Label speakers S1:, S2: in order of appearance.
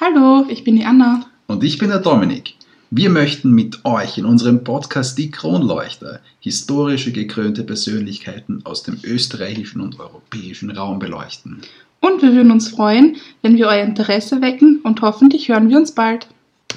S1: Hallo, ich bin die Anna.
S2: Und ich bin der Dominik. Wir möchten mit euch in unserem Podcast Die Kronleuchter historische gekrönte Persönlichkeiten aus dem österreichischen und europäischen Raum beleuchten.
S1: Und wir würden uns freuen, wenn wir euer Interesse wecken und hoffentlich hören wir uns bald.